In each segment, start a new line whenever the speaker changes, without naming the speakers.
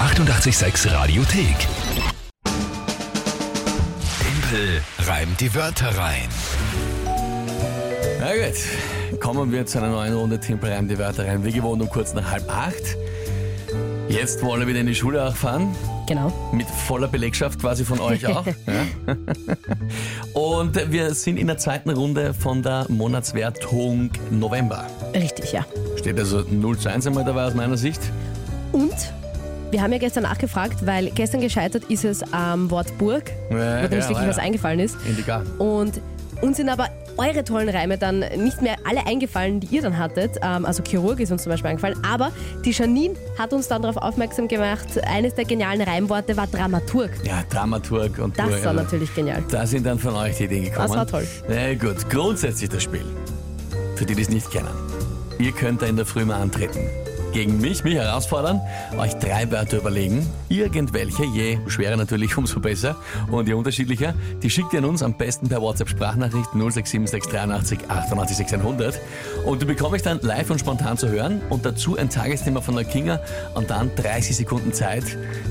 886 Radiothek. Tempel reimt die Wörter rein.
Na gut, kommen wir zu einer neuen Runde Tempel reim die Wörter rein. Wie gewohnt um kurz nach halb acht. Jetzt wollen wir wieder in die Schule auch fahren.
Genau.
Mit voller Belegschaft quasi von euch auch. ja. Und wir sind in der zweiten Runde von der Monatswertung November.
Richtig, ja.
Steht also 0 zu 1 einmal dabei aus meiner Sicht.
Und wir haben ja gestern nachgefragt, weil gestern gescheitert ist es am Wort Burg,
Ja,
wo da nicht
ja,
wirklich
leider.
was eingefallen ist.
Indica.
Und uns sind aber eure tollen Reime dann nicht mehr alle eingefallen, die ihr dann hattet. Ähm, also Chirurg ist uns zum Beispiel eingefallen. Aber die Janine hat uns dann darauf aufmerksam gemacht, eines der genialen Reimworte war Dramaturg.
Ja, Dramaturg und
Das
Burg,
war
also
natürlich genial.
Da sind dann von euch die Ideen gekommen.
Das war toll.
Na gut, grundsätzlich das Spiel. Für die, die es nicht kennen. Ihr könnt da in der Früh mal antreten. Gegen mich, mich herausfordern, euch drei Wörter überlegen. Irgendwelche, je schwerer natürlich, umso besser. Und je unterschiedlicher, die schickt ihr an uns am besten per WhatsApp-Sprachnachricht 06768388 88 600. Und die bekomme ich dann live und spontan zu hören. Und dazu ein Tagesthema von der Kinga und dann 30 Sekunden Zeit,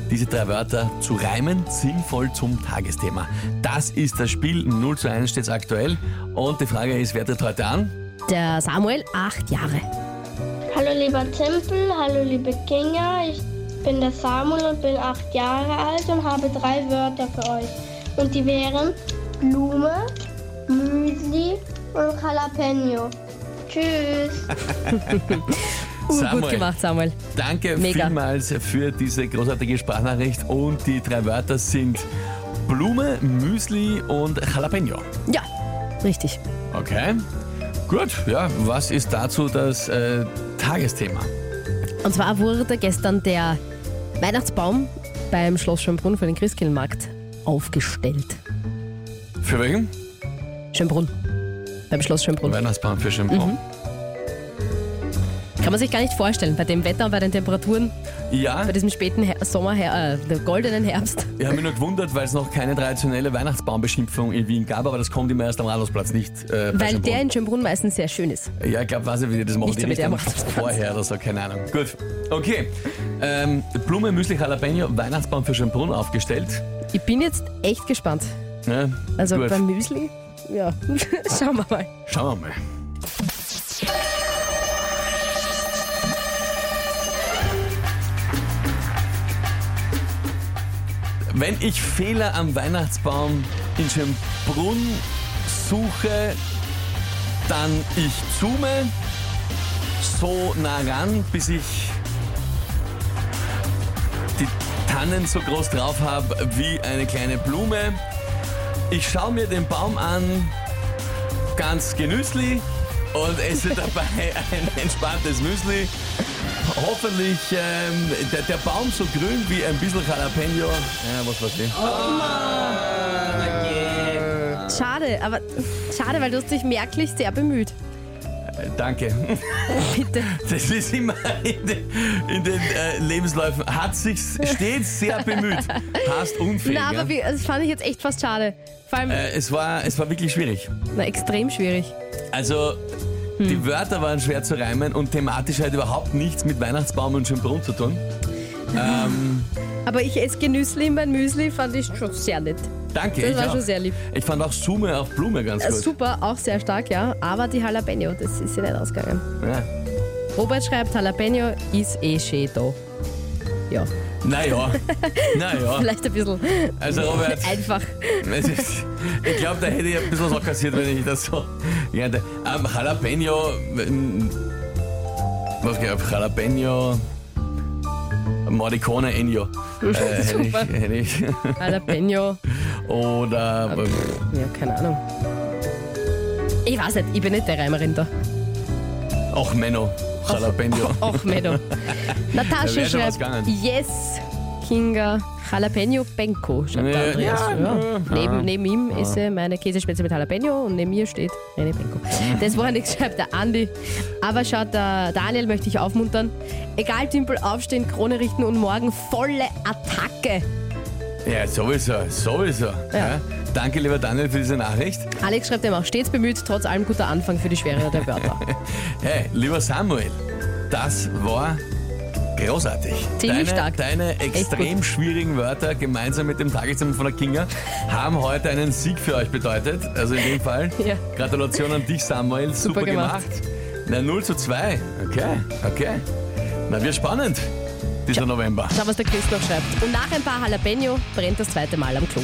diese drei Wörter zu reimen, sinnvoll zum Tagesthema. Das ist das Spiel. 0 zu 1 steht aktuell. Und die Frage ist, wer tritt heute an?
Der Samuel, acht Jahre.
Hallo lieber Tempel, hallo liebe Kinga, ich bin der Samuel und bin acht Jahre alt und habe drei Wörter für euch. Und die wären Blume, Müsli und Jalapeno. Tschüss.
Urgut
Samuel.
gemacht, Samuel.
Danke
Mega.
vielmals für diese großartige Sprachnachricht. Und die drei Wörter sind Blume, Müsli und Jalapeno.
Ja, richtig.
Okay. Gut, ja, was ist dazu das äh, Tagesthema?
Und zwar wurde gestern der Weihnachtsbaum beim Schloss Schönbrunn für den Christkindlmarkt aufgestellt.
Für wen?
Schönbrunn. Beim Schloss Schönbrunn.
Weihnachtsbaum für Schönbrunn.
Mhm. Kann man sich gar nicht vorstellen, bei dem Wetter und bei den Temperaturen,
Ja,
bei diesem späten Her Sommer, her äh, dem goldenen Herbst.
ich habe mich nur gewundert, weil es noch keine traditionelle Weihnachtsbaumbeschimpfung in Wien gab, aber das kommt immer erst am Rathausplatz, nicht äh, bei
Weil
Schönbrunn.
der in Schönbrunn meistens sehr schön ist.
Ja, ich glaube, weiß ich, wie die das machen.
Nicht so
die
mit
richten
der Macht.
Vorher oder so, keine Ahnung. Gut, okay. Ähm, Blume, Müsli, Jalapeno, Weihnachtsbaum für Schönbrunn aufgestellt.
Ich bin jetzt echt gespannt.
Ja,
Also
Ne? gut.
beim Müsli, ja, schauen wir mal.
Schauen wir mal. Wenn ich Fehler am Weihnachtsbaum in Schönbrunn suche, dann ich zoome so nah ran, bis ich die Tannen so groß drauf habe wie eine kleine Blume. Ich schaue mir den Baum an, ganz genüsslich und esse dabei ein entspanntes Müsli. Hoffentlich ähm, der, der Baum so grün wie ein bisschen Jalapeno. Ja, was weiß ich.
Schade, aber schade, weil du hast dich merklich sehr bemüht.
Äh, Danke.
Bitte.
Das ist immer in den, in den äh, Lebensläufen. Hat sich stets sehr bemüht. Hast unfähig.
Na, aber
ja?
wie, das fand ich jetzt echt fast schade. Vor allem,
äh, es, war, es war wirklich schwierig.
na, extrem schwierig.
Also,
Hm.
die Wörter waren schwer zu reimen und thematisch halt überhaupt nichts mit Weihnachtsbaum und Schönbrunn zu tun.
Aber ich esse genüsslich mein Müsli, fand ich schon sehr nett.
Danke.
Das
ich
war
auch.
schon sehr lieb.
Ich fand auch Summe auf Blume ganz
Äh,
gut.
Super, auch sehr stark, ja. Aber die Jalapeno, das ist ja nicht ausgegangen.
Ja.
Robert schreibt, Jalapeno ist eh schön da. Ja,
Naja, naja.
vielleicht ein bisschen
Also Robert,
einfach.
es ist, ich glaube, da hätte ich ein bisschen was auch kassiert, wenn ich das so gerne. Ähm, Jalapeno, ähm, was gab Jalapeno, Morricone Ennio. Äh, hätte ich,
Super.
hätte ich.
Jalapeno,
Oder, ähm,
ja, keine Ahnung. Ich weiß nicht, ich bin nicht der Reimerin da.
auch Menno, Jalapeno.
Och, Medo. Natascha
wär schon was
schreibt,
gegangen.
yes, Kinga, Jalapeno Benko, schreibt der
Ja,
Andreas.
ja, ja.
Neben, neben ihm esse meine Käsespätzle mit Jalapeno und neben mir steht Rene Benko.
Mhm.
Das war nichts, schreibt der Andi. Aber schaut, der Daniel möchte ich aufmuntern. Egal, Tümpel, aufstehen, Krone richten und morgen volle Attacke.
Ja, sowieso, sowieso. Ja. Danke, lieber Daniel, für diese Nachricht.
Alex schreibt ihm auch, stets bemüht, trotz allem guter Anfang für die Schwere der Wörter.
Hey, lieber Samuel, das war Großartig. deine,
Ziemlich stark.
Deine extrem schwierigen Wörter gemeinsam mit dem Tageszimmer von der Kinga haben heute einen Sieg für euch bedeutet. Also in dem Fall.
Ja.
Gratulation an dich, Samuel. Super,
Super
gemacht.
gemacht.
Na, 0 zu 2. Okay, okay. Na, wird spannend, dieser November.
Schau, was der Chris noch schreibt. Und nach ein paar Jalapeno brennt das zweite Mal am Klo.